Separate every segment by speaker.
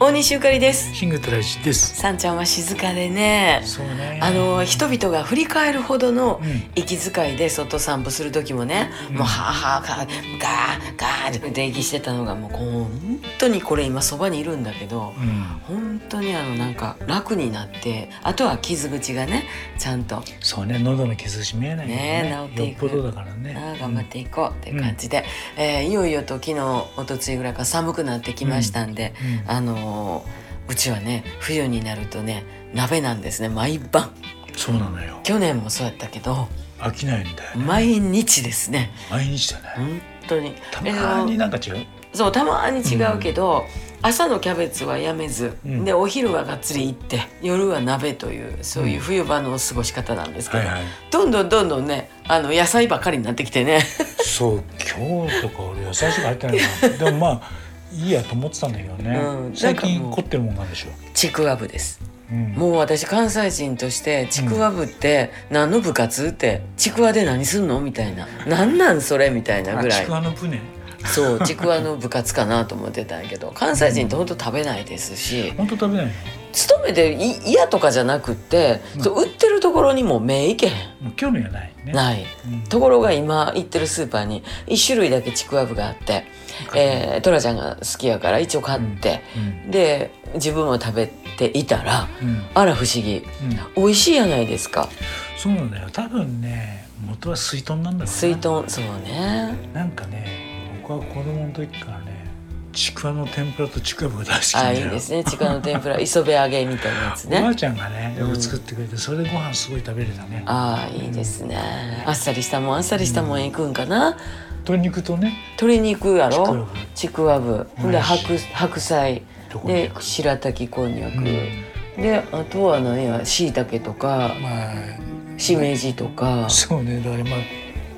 Speaker 1: 大西ゆかりです
Speaker 2: シングトライシです。
Speaker 1: さんちゃんは静かでね
Speaker 2: そうね。
Speaker 1: あの人々が振り返るほどの
Speaker 2: うん
Speaker 1: 息遣いで外散歩する時もね、
Speaker 2: うん
Speaker 1: もうはあはあかガーガーって息してたのがもうこう本当にこれ今そばにいるんだけど
Speaker 2: うん、
Speaker 1: 本当にあのなんか楽になってあとは傷口がねちゃんと
Speaker 2: そうね、喉の傷し見えないもん
Speaker 1: ね治っていく
Speaker 2: よっぽどだからね。
Speaker 1: あー頑張っていこうっていう感じで、えーいよいよと昨日おとついぐらいから寒くなってきましたんで、
Speaker 2: うん。うん
Speaker 1: あのーうちはね冬になるとね鍋なんですね毎晩
Speaker 2: そうなのよ。
Speaker 1: 去年もそうやったけど
Speaker 2: 飽きないんだよね。
Speaker 1: 毎日ですね
Speaker 2: 毎日だね。
Speaker 1: 本当に
Speaker 2: たまに
Speaker 1: えー
Speaker 2: なんか違う。
Speaker 1: そうたまに違うけど、朝のキャベツはやめず、
Speaker 2: うん
Speaker 1: でお昼はがっつり行って夜は鍋というそういう冬場の過ごし方なんですけ
Speaker 2: は
Speaker 1: ど、
Speaker 2: いはい。
Speaker 1: どんどんどんどんねあの野菜ばっかりになってきてね
Speaker 2: そう、今日とか俺野菜しか入ってない から。でもまあいいやと思ってたんだけどね。
Speaker 1: うん
Speaker 2: 最
Speaker 1: なんかも
Speaker 2: 近
Speaker 1: う
Speaker 2: 凝ってるもんなんでしょう。
Speaker 1: ちくわぶです
Speaker 2: うん、
Speaker 1: もう私関西人としてちくわぶって何の部活ってちくわで何すんのみたいな何なんそれみたいなぐら
Speaker 2: あ
Speaker 1: い
Speaker 2: ちくわの船。
Speaker 1: そうちくわの部活かなと思ってたんやけど関西人ってほんと食べないですし
Speaker 2: 本当食べないよ。
Speaker 1: 勤めてい嫌とかじゃなくって、
Speaker 2: うん
Speaker 1: そう売ってるところにも目いけへん
Speaker 2: もう興味がないね。
Speaker 1: ない
Speaker 2: うん
Speaker 1: ところが今行ってるスーパーに1種類だけちくわぶがあって、えートラちゃんが好きやから一応買って、
Speaker 2: うん
Speaker 1: で自分も食べていたら
Speaker 2: うん
Speaker 1: あら不思議
Speaker 2: うん
Speaker 1: 美味しいやないですか
Speaker 2: そうなんだよ多分ね元は水豚なんだろうな
Speaker 1: 水豚そうね
Speaker 2: なんかね僕は子供の時からねちくわの天ぷらとちくわぶが大好きなん
Speaker 1: あ
Speaker 2: だ
Speaker 1: い
Speaker 2: よ
Speaker 1: いですねちくわの 天ぷら磯辺揚げみたいなやつ
Speaker 2: おばあ
Speaker 1: ね
Speaker 2: ちゃんがねよく作ってくれて、それでご飯すごい食べれたね
Speaker 1: ああいいですねあっさりしたもんあっさりしたもん行くんかな
Speaker 2: 鶏肉とね
Speaker 1: 鶏肉やろちくわぶほんで
Speaker 2: 美味し
Speaker 1: 白
Speaker 2: い
Speaker 1: 白菜
Speaker 2: どこに
Speaker 1: で白滝こんにゃく、
Speaker 2: うん
Speaker 1: であとは何やしいたけとか
Speaker 2: ま
Speaker 1: しめじとか
Speaker 2: あそうねだからまあ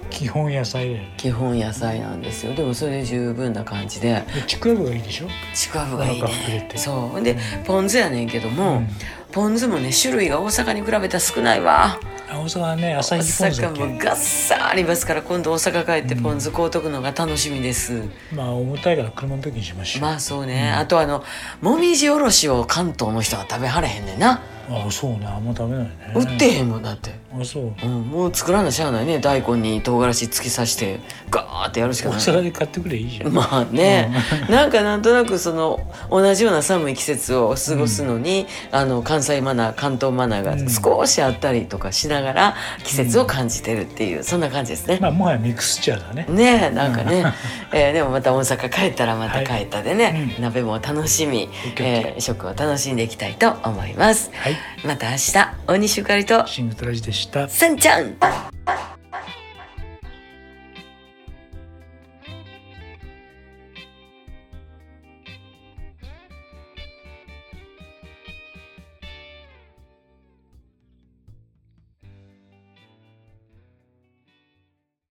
Speaker 2: 基本野菜だよね
Speaker 1: 基本野菜なんですよでもそれで十分な感じで
Speaker 2: でちくわぶがいいでしょ
Speaker 1: ちくわぶがいい
Speaker 2: お腹膨れ
Speaker 1: ね
Speaker 2: て
Speaker 1: そうほんでポン酢やねんけども、
Speaker 2: うん
Speaker 1: ポン酢もね種類が大阪に比べたら少ないわ
Speaker 2: あ大阪はね朝
Speaker 1: 大
Speaker 2: 日ポン酢だっ
Speaker 1: 阪も
Speaker 2: け
Speaker 1: ガッサーありますから今度大阪帰ってポン酢買うとくのが楽しみです、
Speaker 2: まあ重たいから車の時にしましょう、
Speaker 1: まあそうね、あとあのもみじおろしを関東の人が食べはれへんねんな、
Speaker 2: あそうねあんま食べないね
Speaker 1: 売ってへんもんだって、
Speaker 2: あそう
Speaker 1: うん、もう作らなしゃあないね大根に唐辛子突き刺してガーってやるしか
Speaker 2: 大
Speaker 1: ない
Speaker 2: 阪で買ってくれいいじゃん、
Speaker 1: まあね、なんかなんとなくその同じような寒い季節を過ごすのに、あの関西マナー関東マナー
Speaker 2: う
Speaker 1: が
Speaker 2: ん
Speaker 1: 少しあったりとかしながら季節を感じてるっていう、そんな感じですね。
Speaker 2: まあもはやミクスチャーだね
Speaker 1: ねえなんかね、えーでもまた大阪帰ったらまた
Speaker 2: はい
Speaker 1: 帰ったでね、
Speaker 2: う
Speaker 1: 鍋も楽しみ、
Speaker 2: OK
Speaker 1: えー食を楽しんでいきたいと思います。
Speaker 2: はい
Speaker 1: また明日大西ゆかりと
Speaker 2: シングトラジでした
Speaker 1: さんちゃん